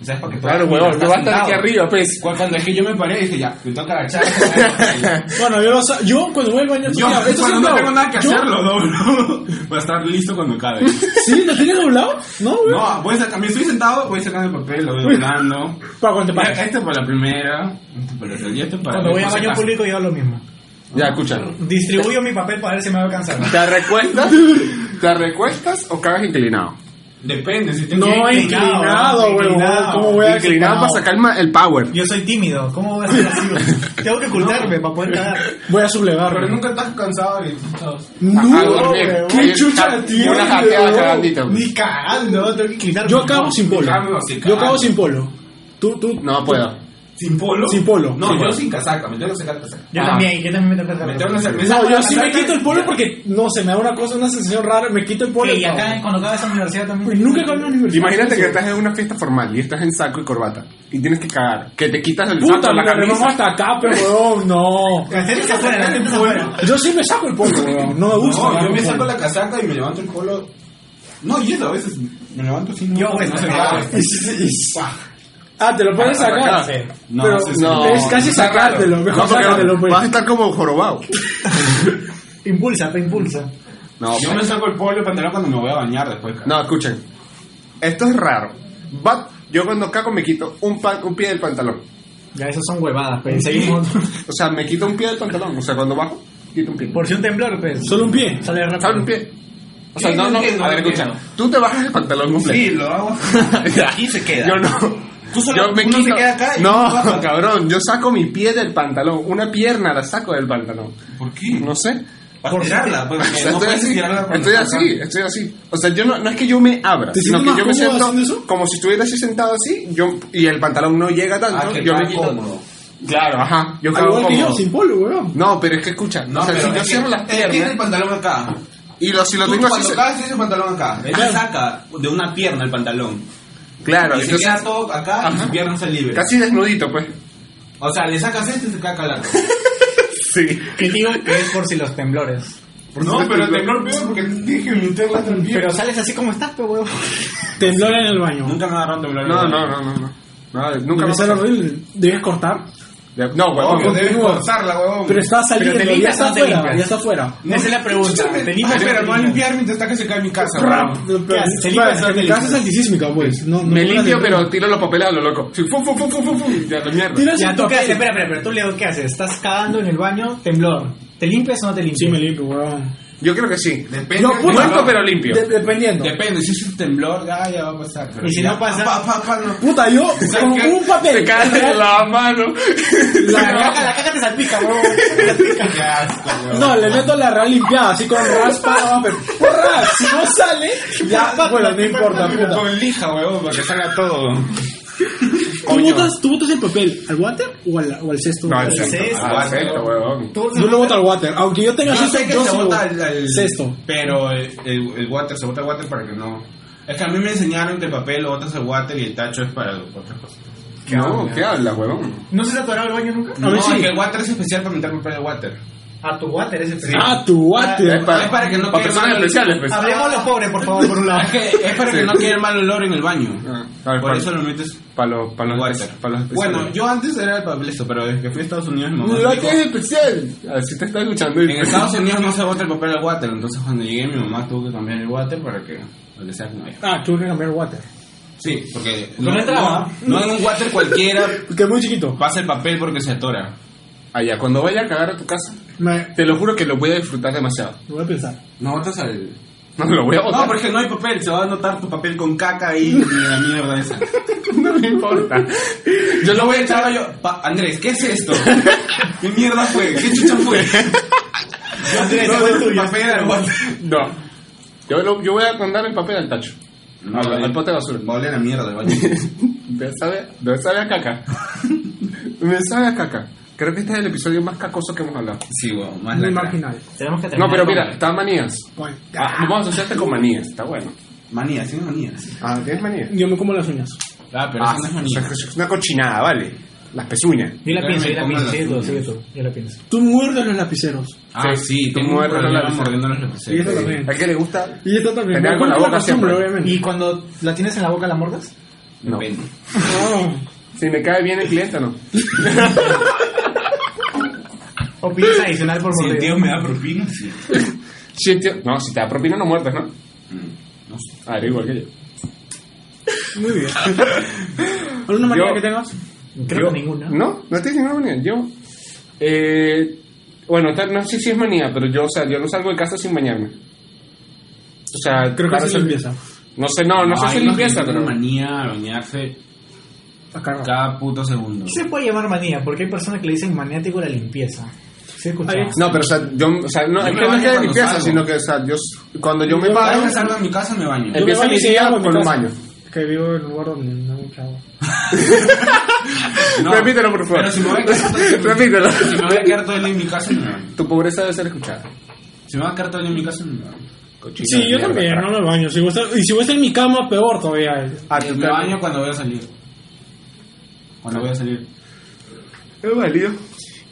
O sea, es para que
claro,
puedas-
huevón, no
estás
va a estar
sentado.
aquí arriba,
Cu-
pez.
Cuando es que yo me paré, dije ya, me toca agachar.
pues.
Bueno, yo, lo sa- yo cuando voy al baño...
Yo,
mira, esto
cuando
sí
no
lo
tengo
hago.
nada que
Yo-
hacerlo, doblo. Para estar listo cuando cabe.
¿Sí? ¿Lo tienes doblado? No, güey.
No, voy sacando, estoy sentado, voy sacando el papel, lo voy doblando.
Para cuando te pares.
Este para la primera, este para la segunda, este para
Cuando voy a
por si
baño
acaso.
público, yo hago lo mismo.
Ya, escucha.
Distribuyo mi papel para ver si me va a alcanzar.
¿Te recuestas? ¿Te recuestas o cagas inclinado?
Depende, si tengo
No,
Inclinado,
inclinado, güey.
inclinado.
¿Cómo voy a
Inclinado para sacar el ma- el power.
Yo soy tímido, ¿cómo voy a hacer así? Tengo que ocultarme para poder cagar.
Voy a sublevar.
Pero nunca estás cansado y estás-
No,
A- a dormir.
güey.
Ahí
¿Qué
está,
chucha tiene?
Una hackeada
güey?
cagandita. güey.
Ni cagando, tengo que inclinarme.
Yo acabo sin polo.
Cambio, sí,
Yo acabo
cambio.
sin polo. Tú, tú.
No puedo.
¿Sin polo?
Sin polo.
No,
Sin
yo
polo.
sin casaca, me tengo que sacar la casaca.
Yo
Ah.
también, yo también me tengo que
Me
cagar.
tengo que sacar
No, yo
la
sí me
casaca.
quito el polo porque no se me da una cosa, una sensación rara. Me quito el polo.
Y
no.
acá, cuando acabas en la universidad también.
Pues nunca cambio de universidad.
Imagínate que estás en una fiesta formal y estás en saco y corbata y tienes que cagar, que te quitas el saco,
Puta,
la
me remojo
camisa.
hasta acá, pero weón, no.
La gente está afuera, la gente está afuera.
Yo sí me saco el polo, weón. No me gusta.
No, yo
sacarme
me
el
saco
polo.
la casaca y me levanto el polo. No, y eso a veces me levanto sin
Yo, güey,
pues, no
está
se me
acá.
da.
Ah, te lo puedes
Hasta
sacar.
acá.
No,
pero
sí, sí.
No,
es casi
está raro.
sacártelo.
No,
Mejor
porque
sacártelo, pues.
Vas a estar como jorobado.
Impulsa, te impulsa.
No,
Yo me saco el polo y pantalón cuando me voy a bañar después. cara.
No, escuchen. Esto es raro. Va- yo cuando cago me quito un, pan- un pie del pantalón.
Ya, esas son huevadas, pero seguimos.
O sea, me quito un pie del pantalón. O sea, cuando bajo, quito un pie.
Por si un temblor, pues.
Solo un pie.
Sale rápido.
¿Sabes un pie? O sea,
Sí,
no,
no
no.
entiendo,
A ver,
no
escucha.
entiendo.
Tú te bajas el pantalón
Sí,
completo.
lo hago. Y se queda.
Yo no.
Tú solo- uno se queda acá y uno
no,
baja.
cabrón. Yo saco mi pie del pantalón. Una pierna la saco del pantalón.
¿Por qué?
No sé.
Para tirarla,
O
porque
sea,
Eh, no
estoy
puedes
así,
tirarla cuando
estoy
estás
así,
acá.
estoy así. O sea, yo no, no es que yo me abra,
¿Te
sino que yo
sientes
me
más cómodo
siento
haciendo eso?
como si estuviera así sentado así yo, y el pantalón no llega tanto.
Ah, que
yo
está
me quito.
cómodo.
Claro, ajá. Yo
Al
cago
Igual que yo,
cómodo.
sin polo, weón.
No, pero es que escucha,
No,
o sea, si
pero
yo
es que
cierro las
él Tiene el
piernas
pantalón acá.
y lo, si lo
Tú
tengo así.
cuando
se-
cagas tienes el pantalón acá. Él
Claro.
saca de una pierna el pantalón.
Claro,
y se
entonces
queda todo acá y
Ajá.
su pierna está libre.
casi desnudito, pues.
O sea, le sacas este y se queda calado.
Sí.
Que digo que es por si los temblores.
No, pero el temblor peor porque dije mi tecla también.
Pero sales así como estás, pe huevo.
Temblor en el baño.
Nunca me agarraron temblor.
No, no, no, no. no. Nada, nunca
Debe
me
ser horrible. Debes cortar.
De- No, huevón.
Obvio, debes
continúa.
cortarla, huevón.
Pero está saliendo,
te
ya
limpias,
está
no te
afuera,
limpias.
ya está afuera.
Esa es la pregunta.
Escúchame.
Te limpias,
Ah, espera,
te
voy a
limpias.
limpiarme hasta que se cae mi casa,
Rap.
huevón.
Pero-
haces? ¿Te
pero-
limpias
pero
o no te
Mi casa es antisísmica, pues. No, no
Me
no la
limpio,
tendré.
pero tiro los papeles a lo loco. Sí, fu, fu, fu, fu, fu, fu, Ya, la mierda.
Tiras
Ya,
un
¿tú qué
papel.
haces? Espera, espera, espera. ¿Tú, Leo, qué haces? ¿Estás cagando en el baño? Temblor. ¿Te limpias o no te limpias?
Sí, me limpio, weón.
Yo creo que sí.
Depende.
No,
del
puta,
Muerto
temblor.
pero limpio.
De- dependiendo.
Depende, si es un temblor, ah, ya va a pasar. Pero
Y si
ya-
no pasa-
Pa, pa, pa, no.
Puta, yo
Se
con
cae-
un papel.
Se cae la mano. Ah,
La
La-
caca, la caca te salpica, huevo.
Qué asco, huevón.
No, le meto la real limpiada, así con raspa, pero ¡Porra! Si no sale, ya, bueno, no importa, puta.
Con lija, huevón, para que salga todo.
¿Tú botas, ¿Tú botas el papel al water o al, o al cesto?
No, el
sí.
sexto. Ah,
sexto,
el
huevón.
sexto, huevón.
Tú-
Yo lo boto al water, aunque yo tenga
Yo sé
cesto,
que
yo
se
sí lo
bota
boto.
el, el-
cesto.
Pero el, el, el water, se bota el water para que no. Es que a mí me enseñaron que el papel lo botas el water y el tacho es para otras cosas.
No, ¿qué hablas, huevón?
¿No se te ha atorado el baño nunca?
A mí
no,
sí.
es que el water es especial para meter papel de water.
A tu water ese pe.
Ah, tu
Es
water.
para,
Es para que no
para
quede
personas
mal el-
especiales, pues.
Hablemos a los pobres, por favor, por un lado.
Es que es para que no quede el mal olor en el baño.
Ah, a ver,
Por
para-
eso lo metes
Para los, para los,
water.
para los especiales.
bueno, yo antes era el papel esto, pero desde que fui a Estados Unidos mi mamá me
No
dijo,
es especial. Así te está escuchando. pues.
En Estados Unidos no se bota el papel de water, entonces cuando llegué mi mamá tuvo que cambiar el water para que, para que sea como ella.
Ah, tuve que cambiar el water.
Sí, porque
no entraba.
no en un water cualquiera
Porque es muy chiquito.
pasa el papel porque se atora.
Allá, Ah, cuando vaya a cagar a tu casa,
Me,
te lo juro que lo voy a disfrutar demasiado.
lo voy a pensar.
No botas al...
No lo voy a
No,
botar.
porque no hay papel, se va a notar tu papel con caca ahí y la mierda esa.
No me importa.
Yo lo voy a echar yo... Pa- Andrés, ¿qué es esto? ¿Qué mierda fue? ¿Qué chucha fue?
Andrés,
No,
ese es
tu
tuyo.
papel al water.
No. Yo, lo- yo voy a mandar el papel al tacho.
No,
al, al
el
pote
pote
de
va
basura.
a oler a mierda el baño.
Me sabe, me sabe a caca. me sabe a caca. Creo que este es el episodio más cacoso que hemos hablado.
Sí, weón, más
Muy
lacra.
marginal.
Tenemos que terminar
No, pero
con-
mira, está manías.
Bueno,
Ah, vamos a asociarte con manías, está bueno.
Manía, sí, manía. sí.
Ah, ¿tienes manías?
yo me como las uñas.
Ah, pero
Ah,
eso no es
o sea,
manía.
es una cochinada, vale. Las pezuñas.
Yo la pienso, yo la
Duerme
pienso.
con
Sigue tú,
las
sigue tú. Yo la pienso.
Tú muerdes los lapiceros.
Ah, sí,
tú
tengo un
muerdes los
problema
lapiceros.
mordiendo los
Y eso
lapiceros.
también.
¿A qué le gusta?
Y esta
Tener
también. Me
algo en la
acuerdo
boca
la costumbre,
siempre.
obviamente.
¿Y cuando la tienes en la boca la mordas?
No.
Depende.
Ah.
Si me cae bien el cliente, no.
¿O pides adicional por
Si el
morder?
tío me da propina, sí.
Si el tío- No, si te da propina, no muertes, ¿no?
No sé.
Ah, eres igual que yo.
Muy bien. ¿Alguna manera
Yo-
que tengas?
Creo
Yo-
que ninguna.
No, no tienes ninguna manía. Yo. Eh, bueno, tal- no sé si es manía, pero yo, o sea, yo no salgo de casa sin bañarme. O sea,
Creo que
para
así
hacer-
empieza.
No sé, no, no sé
Ay,
si limpieza,
tiene
pero.
manía a bañarse
A cagar.
cada puto segundo.
Se puede llamar manía, porque hay personas que le dicen maniático a la limpieza. ¿Sí escuchado?
Ay,
No, pero, o sea, yo. O sea, no,
Yo
es
me
que no
baño
es que de
cuando
limpieza,
salgo.
sino que, o sea, yo. s- Cuando yo me
Yo
Cada
paro,
vez que salgo de mi casa me baño.
Eh, Empieza
Yo me
mi
baño y
día
hago en mi
con un
casa.
baño.
Que vivo en un lugar donde no hay mucha agua.
repítelo, por favor.
Pero si me voy a pues, quedar todo el día-
Repítelo.
Si me voy a quedar todo el día en mi casa, me baño.
tu pobreza debe ser escuchada.
Si me voy a quedar todo el día en mi casa, me baño.
Cochino
Sí,
de
yo
mierda,
Eh,
también,
carajo.
no me baño. Si voy a estar- y si voy a estar en mi cama, peor todavía.
Ah,
Y
tú
Eh, me
también.
baño cuando voy a salir. Cuando voy a salir.
Es válido.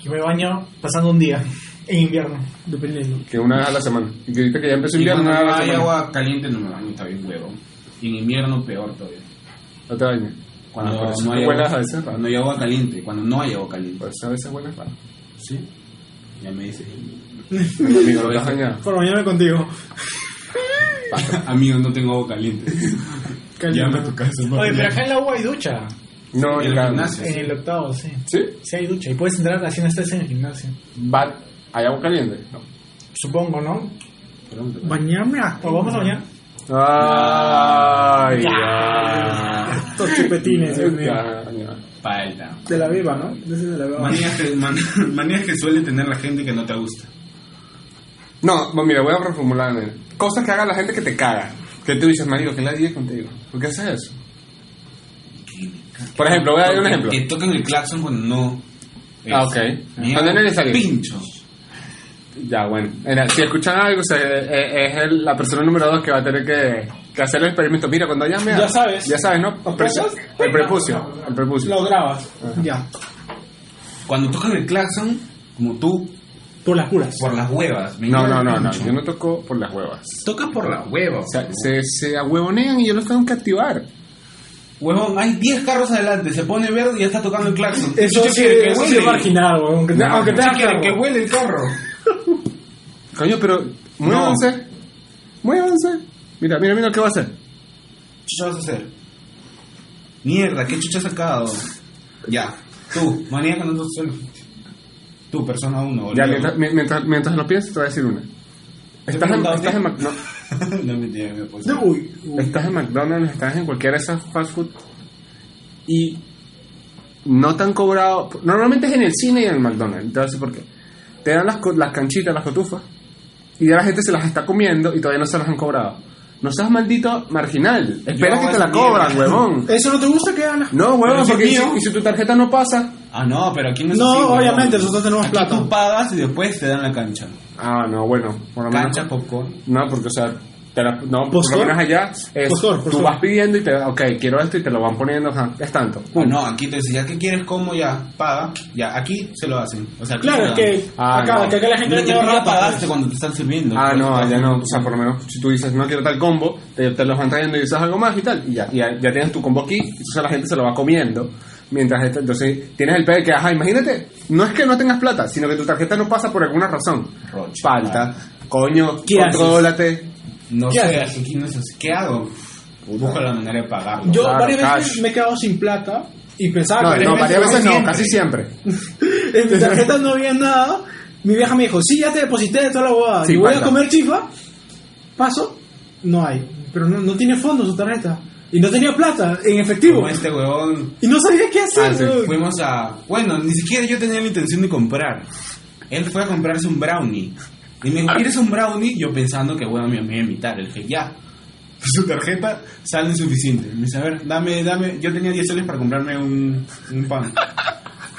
Yo me baño pasando un día en invierno.
Dependiendo.
Que una vez a la semana. Y que ahorita que ya empezó
Y
invierno,
cuando
una vez a la
hay
semana.
agua caliente no me baño, está bien huevo. Y en invierno peor todavía.
No te bañes.
Cuando
por eso
no
tú
hay
huelas a
agua,
veces raro.
cuando hay agua caliente, cuando no hay agua caliente.
Por eso a veces hueles raro.
Sí. Ya me dice.
Amigo, no te has bañado.
Por bañarme contigo.
Amigo, no tengo agua caliente. Llama a tu casa. por
Oye, pero
favor.
acá en la U hay ducha.
No,
En el
yo cada-
gimnasio.
En el octavo, sí.
¿Sí?
Sí hay ducha. Y puedes entrar así no estés en el gimnasio.
¿Va? ¿Hay agua caliente? No.
Supongo, ¿no?
Perdón.
Bañarme a.
¿O vamos a bañar?
Ay,
Estos chupetines, Dios mío.
Eh.
Falta.
De la viva, ¿no? Ese es de la viva.
Manías que, man- manías que suele tener la gente que no te gusta.
No, bueno, mira, voy a reformular. mira. Cosas que haga la gente que te caga. Que tú dices, marido, que la 10 contigo. ¿Por qué haces eso? Por ejemplo, voy a dar un ejemplo.
Que toquen el claxon cuando no. es.
Ah, ok.
Mierda.
Cuando es necesario.
Pincho.
Ya, bueno. Mira, si escuchan algo, o sea, eh, es el- la persona número dos que va a tener que, que hacer el experimento. Mira, cuando llame a-
Ya sabes.
Ya sabes, ¿no?
¿Pasas?
El prepucio. El prepucio.
Lo grabas. Ya.
Cuando tocan el claxon, como tú,
Por las puras.
Por las huevas. me
No,
encanta
no, no, no.
mucho.
Yo no toco por las huevas.
Tocas por las huevas.
O sea, se, se ahuevonean y yo los tengo que activar.
Huevón, hay 10 carros adelante, se pone verde y ya está tocando el claxon.
Eso
¿Qué
sí,
quiere que
eso sí
huele?
es marginal, weón. Aunque, te-
No,
aunque
no.
te
¿Qué
hagas
quiere que
cargo.
huele el carro?
Coño, pero muévanse. Muévanse. Mira, mira, mira qué va a hacer.
chucha vas a hacer? Mierda, ¿qué chucha has sacado? Ya, tú, maníaco no te suelo. Tú, persona 1.
Ya, mientras, mi- mientras, mientras lo piensas, te voy a decir una. Estás en,
preguntaste?
estás, en Mac- no,
no me tiene, me puse.
No, uy, uy.
estás en McDonald's, estás en cualquiera de esas fast food y no te han cobrado. Normalmente es en el cine y en el McDonald's, entonces por qué. Te dan las, co- las canchitas, las cotufas y ya la gente se las está comiendo y todavía no se las han cobrado. No seas maldito marginal. Espera
Yo
que te
es
la cobran,
mierda.
huevón.
¿Eso no te gusta que hagas?
No,
Pero
huevón,
es
porque y si,
mío.
y si tu tarjeta no pasa.
Ah, no, pero aquí no es
No,
así, huevón.
obviamente, nosotros tenemos
Aquí
plata.
Tú pagas y después te dan la cancha.
Ah, no, bueno, por lo menos.
Cancha, popcorn.
No, porque, o sea, te la- no, por lo
¿Postor?
menos allá es,
Postor,
tú
postor.
vas pidiendo y te, ok, quiero esto y te lo van poniendo, ajá, es tanto.
Ah,
Pum.
no, aquí te dicen, ya que quieres, como ya, paga. Ya, aquí se lo hacen. O sea, aquí
Claro,
se
es
lo dan.
que
Ah,
acá,
no.
que acá la gente
No,
le
ya tú
lleva
ya
rata.
pagaste cuando te están sirviendo. pues.
Ah, no,
Entonces,
allá no. O sea, por lo menos si tú dices, no quiero tal combo, te, te los van trayendo y dices algo más y tal. Y ya, y ya, ya tienes tu combo aquí, y entonces la gente se lo va comiendo. Mientras este- entonces tienes el pedo de que, ajá, imagínate, no es que no tengas plata, sino que tu tarjeta no pasa por alguna razón.
Roche.
Falta, coño,
¿Qué haces?
contrólate.
No
¿Qué
sé,
haces?
aquí no sé. ¿Qué hago? Busco la manera de pagarlo.
Yo
Claro,
varias veces
cash.
me he quedado sin plata y pensaba
No,
que
no,
realmente
varias veces no,
siempre.
casi siempre.
En mi tarjeta no había nada. Mi vieja me dijo, sí, ya te deposité de toda la bobada.
Sí,
Yo voy a
cuenta.
comer chifa. Paso. No hay. Pero no, no tiene fondo su tarjeta. Y no tenía plata en efectivo.
Como este huevón
Y no sabía qué hacer.
Ah, sí.
weón.
Fuimos a. Bueno, ni siquiera yo tenía la intención de comprar. Él fue a comprarse un brownie. Y me dijo, ¿quieres un brownie? Yo pensando que, bueno, me me iba a invitar. Le dije, ya. Pues, Su tarjeta sale insuficiente. Me dice, a ver, dame, dame. Yo tenía 10 soles para comprarme un, un pan.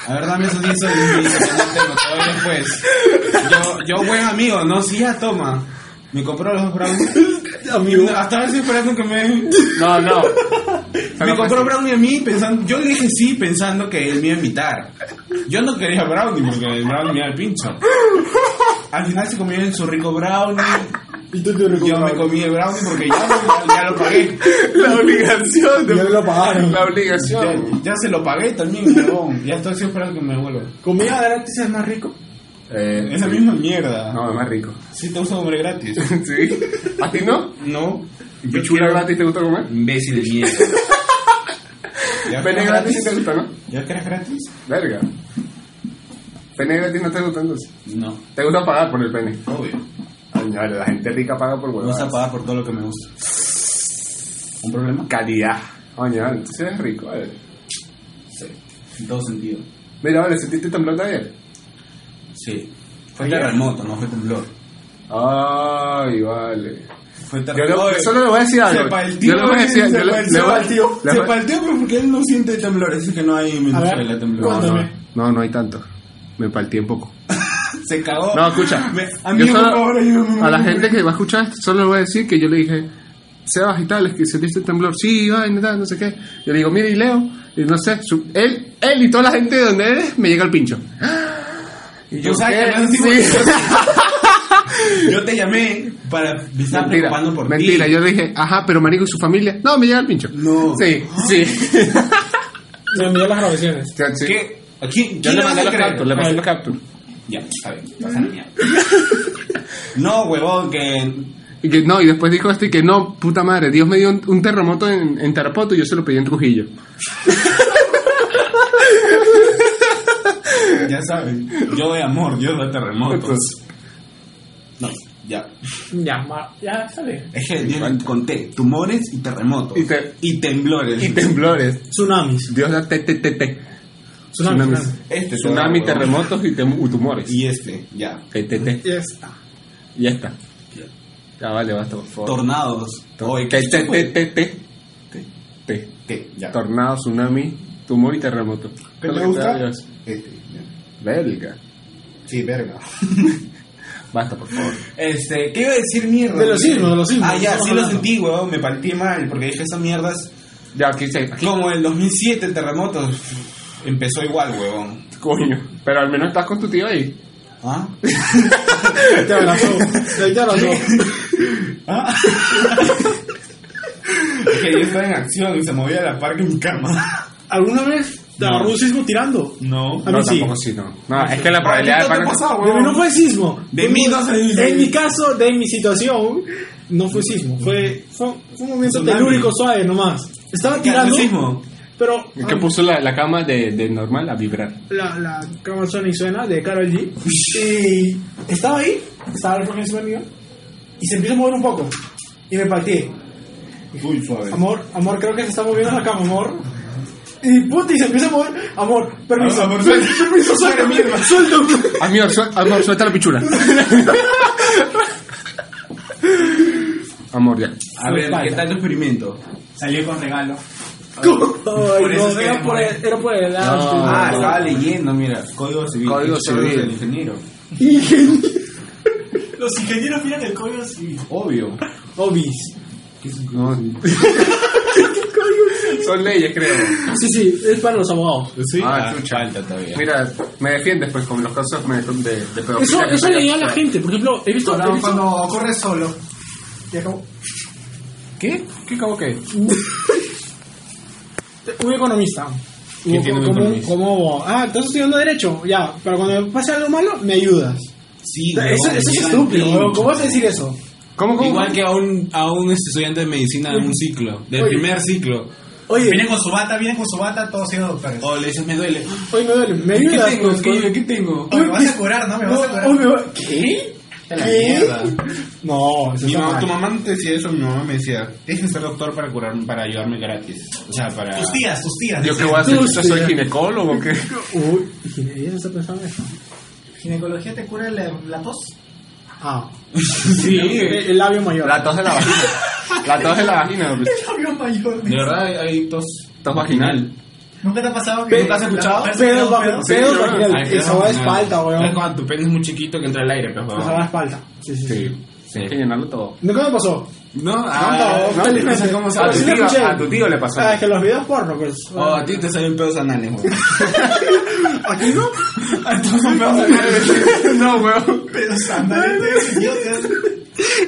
A ver, dame esos 10 soles. Me dice, no tengo, te doy después. Yo, yo, buen amigo, no, sí, ya toma. Me compró los dos brownies.
Amigo.
Hasta ahora estoy esperando que me.
No, no.
Me compró
pues,
brownie a mí pensando, yo le dije sí pensando que él me iba a invitar. Yo no quería brownie porque el brownie me iba al pincho. Al final se comieron su rico brownie.
Y tú te
Yo me
recuperas.
comí el brownie porque ya, lo- ya lo pagué.
La obligación. de-
Ya lo pagaron.
La
Ya,
obligación.
ya se lo pagué también, huevón. Ya estoy así esperando que me devuelva.
Comida gratis es más rico.
Eh,
Es la misma mierda.
No, es más rico.
Sí te uso hombre gratis.
¿Sí? ¿A ti no?
No.
¿Y chula gratis te gusta comer?
Imbécil de mierda. ¿Ya
Pene
crees
gratis sí te gusta, ¿no?
¿Ya crees gratis?
Verga. Pene gratis no te gusta entonces.
No,
Te gusta pagar por el pene.
obvio.
Ay, no, la gente rica paga por
Me gusta
huevadas.
pagar por todo lo que me gusta. ¿Un problema?
Calidad. Oye, vale, tú sí eres rico, vale.
Sí. En todo sentido.
Mira, vale, ¿sentiste temblor de ayer?
Sí. Fue terremoto, no fue temblor.
Ay, vale.
Fue
Yo le-
terremoto.
solo le voy a decir
eh. se
algo.
partió,
Yo le voy a decir
se
yo le- le voy a-
partió,
le
se
voy-
partió, pero porque él no siente temblores, es que no hay en
A ver,
Venezuela temblor.
cuéntame.
No, no hay tanto. Me partí un poco.
Se cagó. Ah,
No, escucha.
Me-
yo
a mí, por
solo-
favor, ayúdame.
a la gente que va a escuchar esto, solo le voy a decir que yo le dije, Sebas y tal, es que sentiste el temblor. Sí, ay, no, tal, no sé qué. Yo le digo, mira, y Leo, y no sé, su- él, él y toda la gente de donde eres me llega el pincho. Y
Yo sabía que
¿qué?
me han dicho-
Sí.
Yo te llamé para me estar
Mentira,
preocupando por ti.
mentira. Yo le dije, ajá, pero marico y su familia. No, me llega el pincho.
No.
Sí, sí.
Me envió las grabaciones.
Ya, sí.
¿Qué? ¿A quién,
Yo le
quién le vas
mandé
a
los
creer?
captures, le pasé los captures.
Ya, a ver, pasa la mierda. No, huevón, que
Y que no, y después dijo este que no, puta madre, Dios me dio un, un terremoto en, en Tarapoto y yo se lo pedí en Trujillo.
Ya saben, yo de amor, yo de terremotos. No, ya.
Ya, ma- ya sale.
Es que yo conté tumores y terremotos.
Y te-
temblores.
Y temblores.
Tsunamis.
Dios da te, te, te, te.
Tsunamis.
Tsunamis.
tsunamis.
Este
Tsunami,
huevón.
terremotos y, tem- y tumores.
Y este, ya.
Te, te, te.
Ya está.
Ya está. Ya vale, basta, por favor.
Tornados. Oye,
Te,
¿qué
te, te,
fue?
te, te. Te.
Te, ya.
Tornado, tsunami, tumor y terremoto.
¿Qué
Todo lo que
te
da
gusta?
Dios.
Este, ya.
Belga.
Sí, verga.
Basta, por favor.
Este, ¿qué iba a decir mierda?
De los sismos, de los sismos.
Ah, ya,
Estamos
sí lo
hablando.
sentí, huevón. Me partí mal porque dije esas mierdas.
Ya, aquí se. Aquí,
Como el 2007, el terremoto. Empezó igual, huevón.
coño. Pero al menos estás con tu tío ahí.
¿Ah?
Te abrazó. Te abrazó.
¿Ah? Es que yo estaba en acción y se movía a la par que mi cama.
¿Alguna vez te
No.
agarró un sismo tirando?
No.
A mí
No,
sí.
tampoco sí, no. No, es que la probabilidad
Ah, ¿Qué
de
te
pana-
pasa,
De mí
weón?
no fue sismo.
De
Fue-
mí no se dice.
En mi caso, de mi situación, no fue sismo. Fue, fue, fue un momento
Tsunami.
telúrico suave nomás. Estaba
¿Qué hace
tirando.
el sismo?
Pero.
Que
ah,
puso la, la cama de, de normal a vibrar.
la, la cama Sony suena de Carol G. Y estaba ahí, estaba el encima mío, y se empieza a mover un poco. Y me partí.
Uy, suave.
Amor, amor, creo que se está moviendo la cama, amor. Y puta, y se empieza a mover. Amor, permiso.
Amor,
suel-
suelta.
permiso, suéltame, suéltame.
Amor, suel- amor, suelta la pichula. amor, ya.
A ver, ¿qué tal tu experimento?
Salió con regalo.
Ay,
Por eso
no,
es que
era, por
demora.
el, era por el arte.
Ah, estaba leyendo, mira. Código civil.
Código
Chévere,
civil.
El ingeniero.
Los ingenieros miran el código civil.
Obvio.
Obis.
No. Son leyes, creo.
Sí, sí, es para los abogados.
Sí. Ah,
Ah,
chucha. Alta todavía.
Mira, me defiendes pues con los casos me- de, de pedofilia.
Eso,
que
eso
me-
leía a la gente. Por ejemplo, he visto. he
Cuando,
visto-
cuando ocurre solo.
Ya acabó.
¿Qué? ¿Qué cabo qué?
un economista.
¿Quién tiene un
como,
economista?
como, ah, estás estudiando Derecho, ya, pero cuando pase algo malo, me ayudas.
Sí,
Eso,
weón,
eso es
llegan
estúpido,
bien.
weón. ¿cómo vas a decir eso?
¿Cómo, cómo?
Igual que a un, a un estudiante de medicina de un ciclo, del
Oye.
primer ciclo.
Oye,
Vienen con su bata, vienen con su bata, todos siendo doctores.
O le dices, me duele.
hoy me duele, me
¿Qué
ayudas.
tengo?
con-
¿Qué, ¿Qué tengo?
Oye, me vas a curar, ¿no? Me vas a
No,
curar.
hoy me va- ¿Qué?
A la
¿Qué?
mierda.
No, eso
Mi
está
mamá,
mal.
tu mamá no te decía eso, mi mamá me decía, tienes que ser doctor para curarme, para ayudarme gratis. O sea, para...
Tus tías, tus tías.
¿Yo qué voy a hacer? ¿Yo soy ginecólogo o qué?
Uy, ingeniería no está pensando en eso.
¿Ginecología te cura la, la tos?
Ah,
Sí.
el, el labio mayor.
La tos de la vagina. La tos de la vagina. pues.
Labio mayor.
De verdad, hay, hay tos...
Tos vaginal.
¿Nunca te ha pasado
Pe-
que
¿Nunca has escuchado?
la-
Pedos bajo-
pedos?
Sí, Pedos
yo-
vaginal.
Ay,
Esa
no,
va de
no.
espalda, weón.
Es cuando tu pene es muy chiquito que entra el aire, pues, pero...
O sea, la espalda. Sí, sí, sí.
Sí. sí. Hay que llenarlo todo.
¿Nunca me pasó?
No,
no,
no,
felizmente.
no sé cómo se-
Pero
a tu
sí lo
tío-
escuché.
a tu tío le pasó.
Ah, es que los videos porno, pues.
Oh, a ti te salen pedos anales, güey.
Aquí no.
A todos son pedos anales.
No, weón.
Pedos anales, idiotas.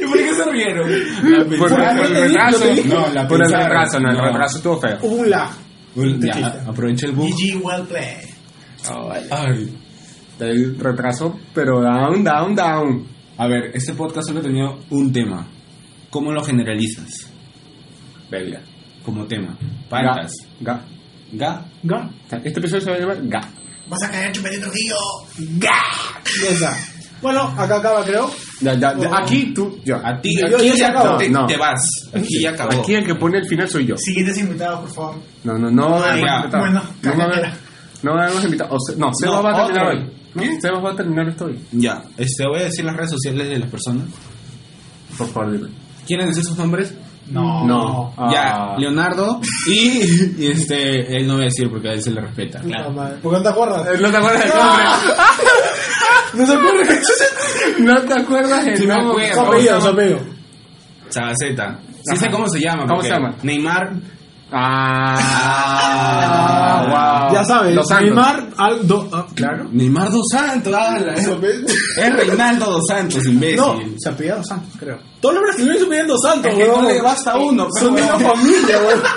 ¿Y por qué se rieron? La
Por, por
Ah,
el
pensada.
yo te dije,
retraso.
yo te dije.
No, la
por el
pensaron.
retraso, no, el
No.
retraso estuvo feo.
Hubo un lag.
Ya, aprovecha el bug.
GG, well played.
Ay.
El Oh, retraso, pero down, down, down.
A ver, este podcast solo ha tenido un tema. ¿Cómo lo generalizas?
Verga.
Como tema. Paras.
Ga.
Ga.
¿No?
Este episodio se va a llamar Ga.
Vas a caer chupete Trujillo.
Ya está. Bueno, acá acaba, creo.
Ya, ya, ya.
Oh.
Aquí tú, yo.
A ti,
Yo-
aquí
yo se
ya
acabó.
te,
No.
te vas. Aquí ya acabó.
Aquí el que pone el final soy yo.
Siguientes invitados, por favor.
No, no, no.
Ah,
no,
ya.
invitado.
Bueno,
no, me
caca,
habían- no me habíamos invitado. O sea, no, Sebas
No,
va a terminar
otro.
hoy. ¿No? Sebas va a terminar esto hoy.
Ya. Este, voy a decir las redes sociales de las personas.
Por favor, dime.
¿Quieren decir sus nombres?
Oh.
No.
No.
Ya.
Ah.
Leonardo y, y este, él no va a decir porque a él se le respeta.
Puta madre. ¿Por qué no te acuerdas?
No te acuerdas del nombre.
Eh, No se acuerda.
No te acuerdas del
Sí me
nombre.
acuerdo.
Su apellido, su apellido.
Sabaceta. Sí sé cómo se llama.
¿Cómo
porque
se llama?
Neymar.
Ah, wow.
Ya sabes,
Los Santos.
Neymar Aldo. ah, claro.
Neymar dos Santos. ah, la- Es Reinaldo dos Santos, imbécil.
No, se apellida Dos Santos, creo. Todos los brasileños se apellidan Dos Santos,
Es que
weón.
no le basta uno, pues,
Son de la
weón.
familia, weón.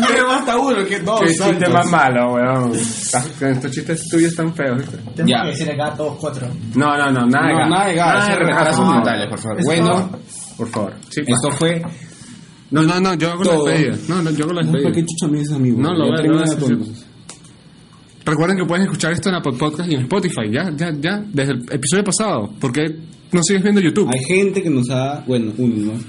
No le basta uno, que dos
Qué chiste
Santos.
más malo, weón. Estás- Estos chistes tuyos están feos. ¿viste?
Tenemos
Ya.
que decir acá todos cuatro.
No, no, no, nada de
No,
gas.
nada de gas,
Nada de
solo
retrasos
retrasos
no.
mentales, por favor.
Eso
Bueno.
no. por favor. Sí,
Esto fue.
No, no, no, yo hago
Todo.
la despedida. No, no, yo hago la despedida.
chucho me dices, amigo?
No, lo
Ya
voy a-
termina
lo voy a
de
hacer.
poner.
Recuerden que puedes escuchar esto en Apple Podcast y en Spotify, ya, ya, ya, desde el episodio pasado, porque no sigues viendo YouTube.
Hay gente que nos ha. Bueno, uno, ¿no?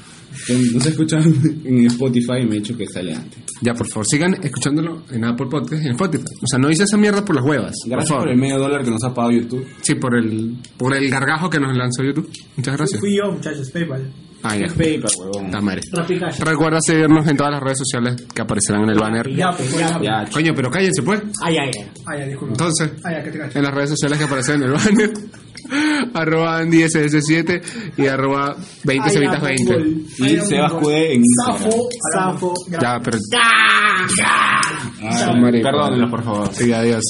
Que nos ha escuchado en Spotify y me ha dicho que sale antes.
Ya, por favor, sigan escuchándolo en Apple Podcast y en Spotify. O sea, no hice esa mierda por las huevas.
Gracias
por
por,
favor.
el medio dólar que nos ha pagado YouTube.
Sí, por el, por el gargajo que nos lanzó YouTube. Muchas gracias.
Fui yo, muchachos, PayPal.
Ah, ya.
PayPal, huevón.
Puta madre.
Rapicash.
Recuerda seguirnos en todas las redes sociales que aparecerán en el banner.
Ya, pues, ya.
Ya,
Coño, pero cállense, pues.
Ay, ay, ay. Ay, ay, disculpa.
Entonces.
Ay, ay, que te cacho.
en las redes sociales que aparecen en el banner. arroba Andy SS7 y arroba 20 cevitas 20.
Y Sebas Cude en
Zafo, zafo.
Ya, pero.
Instagram.
Marico.
Perdónenlo, por favor.
Sí, adiós.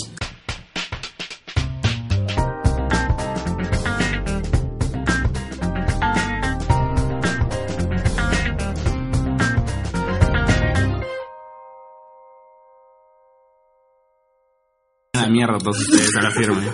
mierda todos ustedes, a la firme.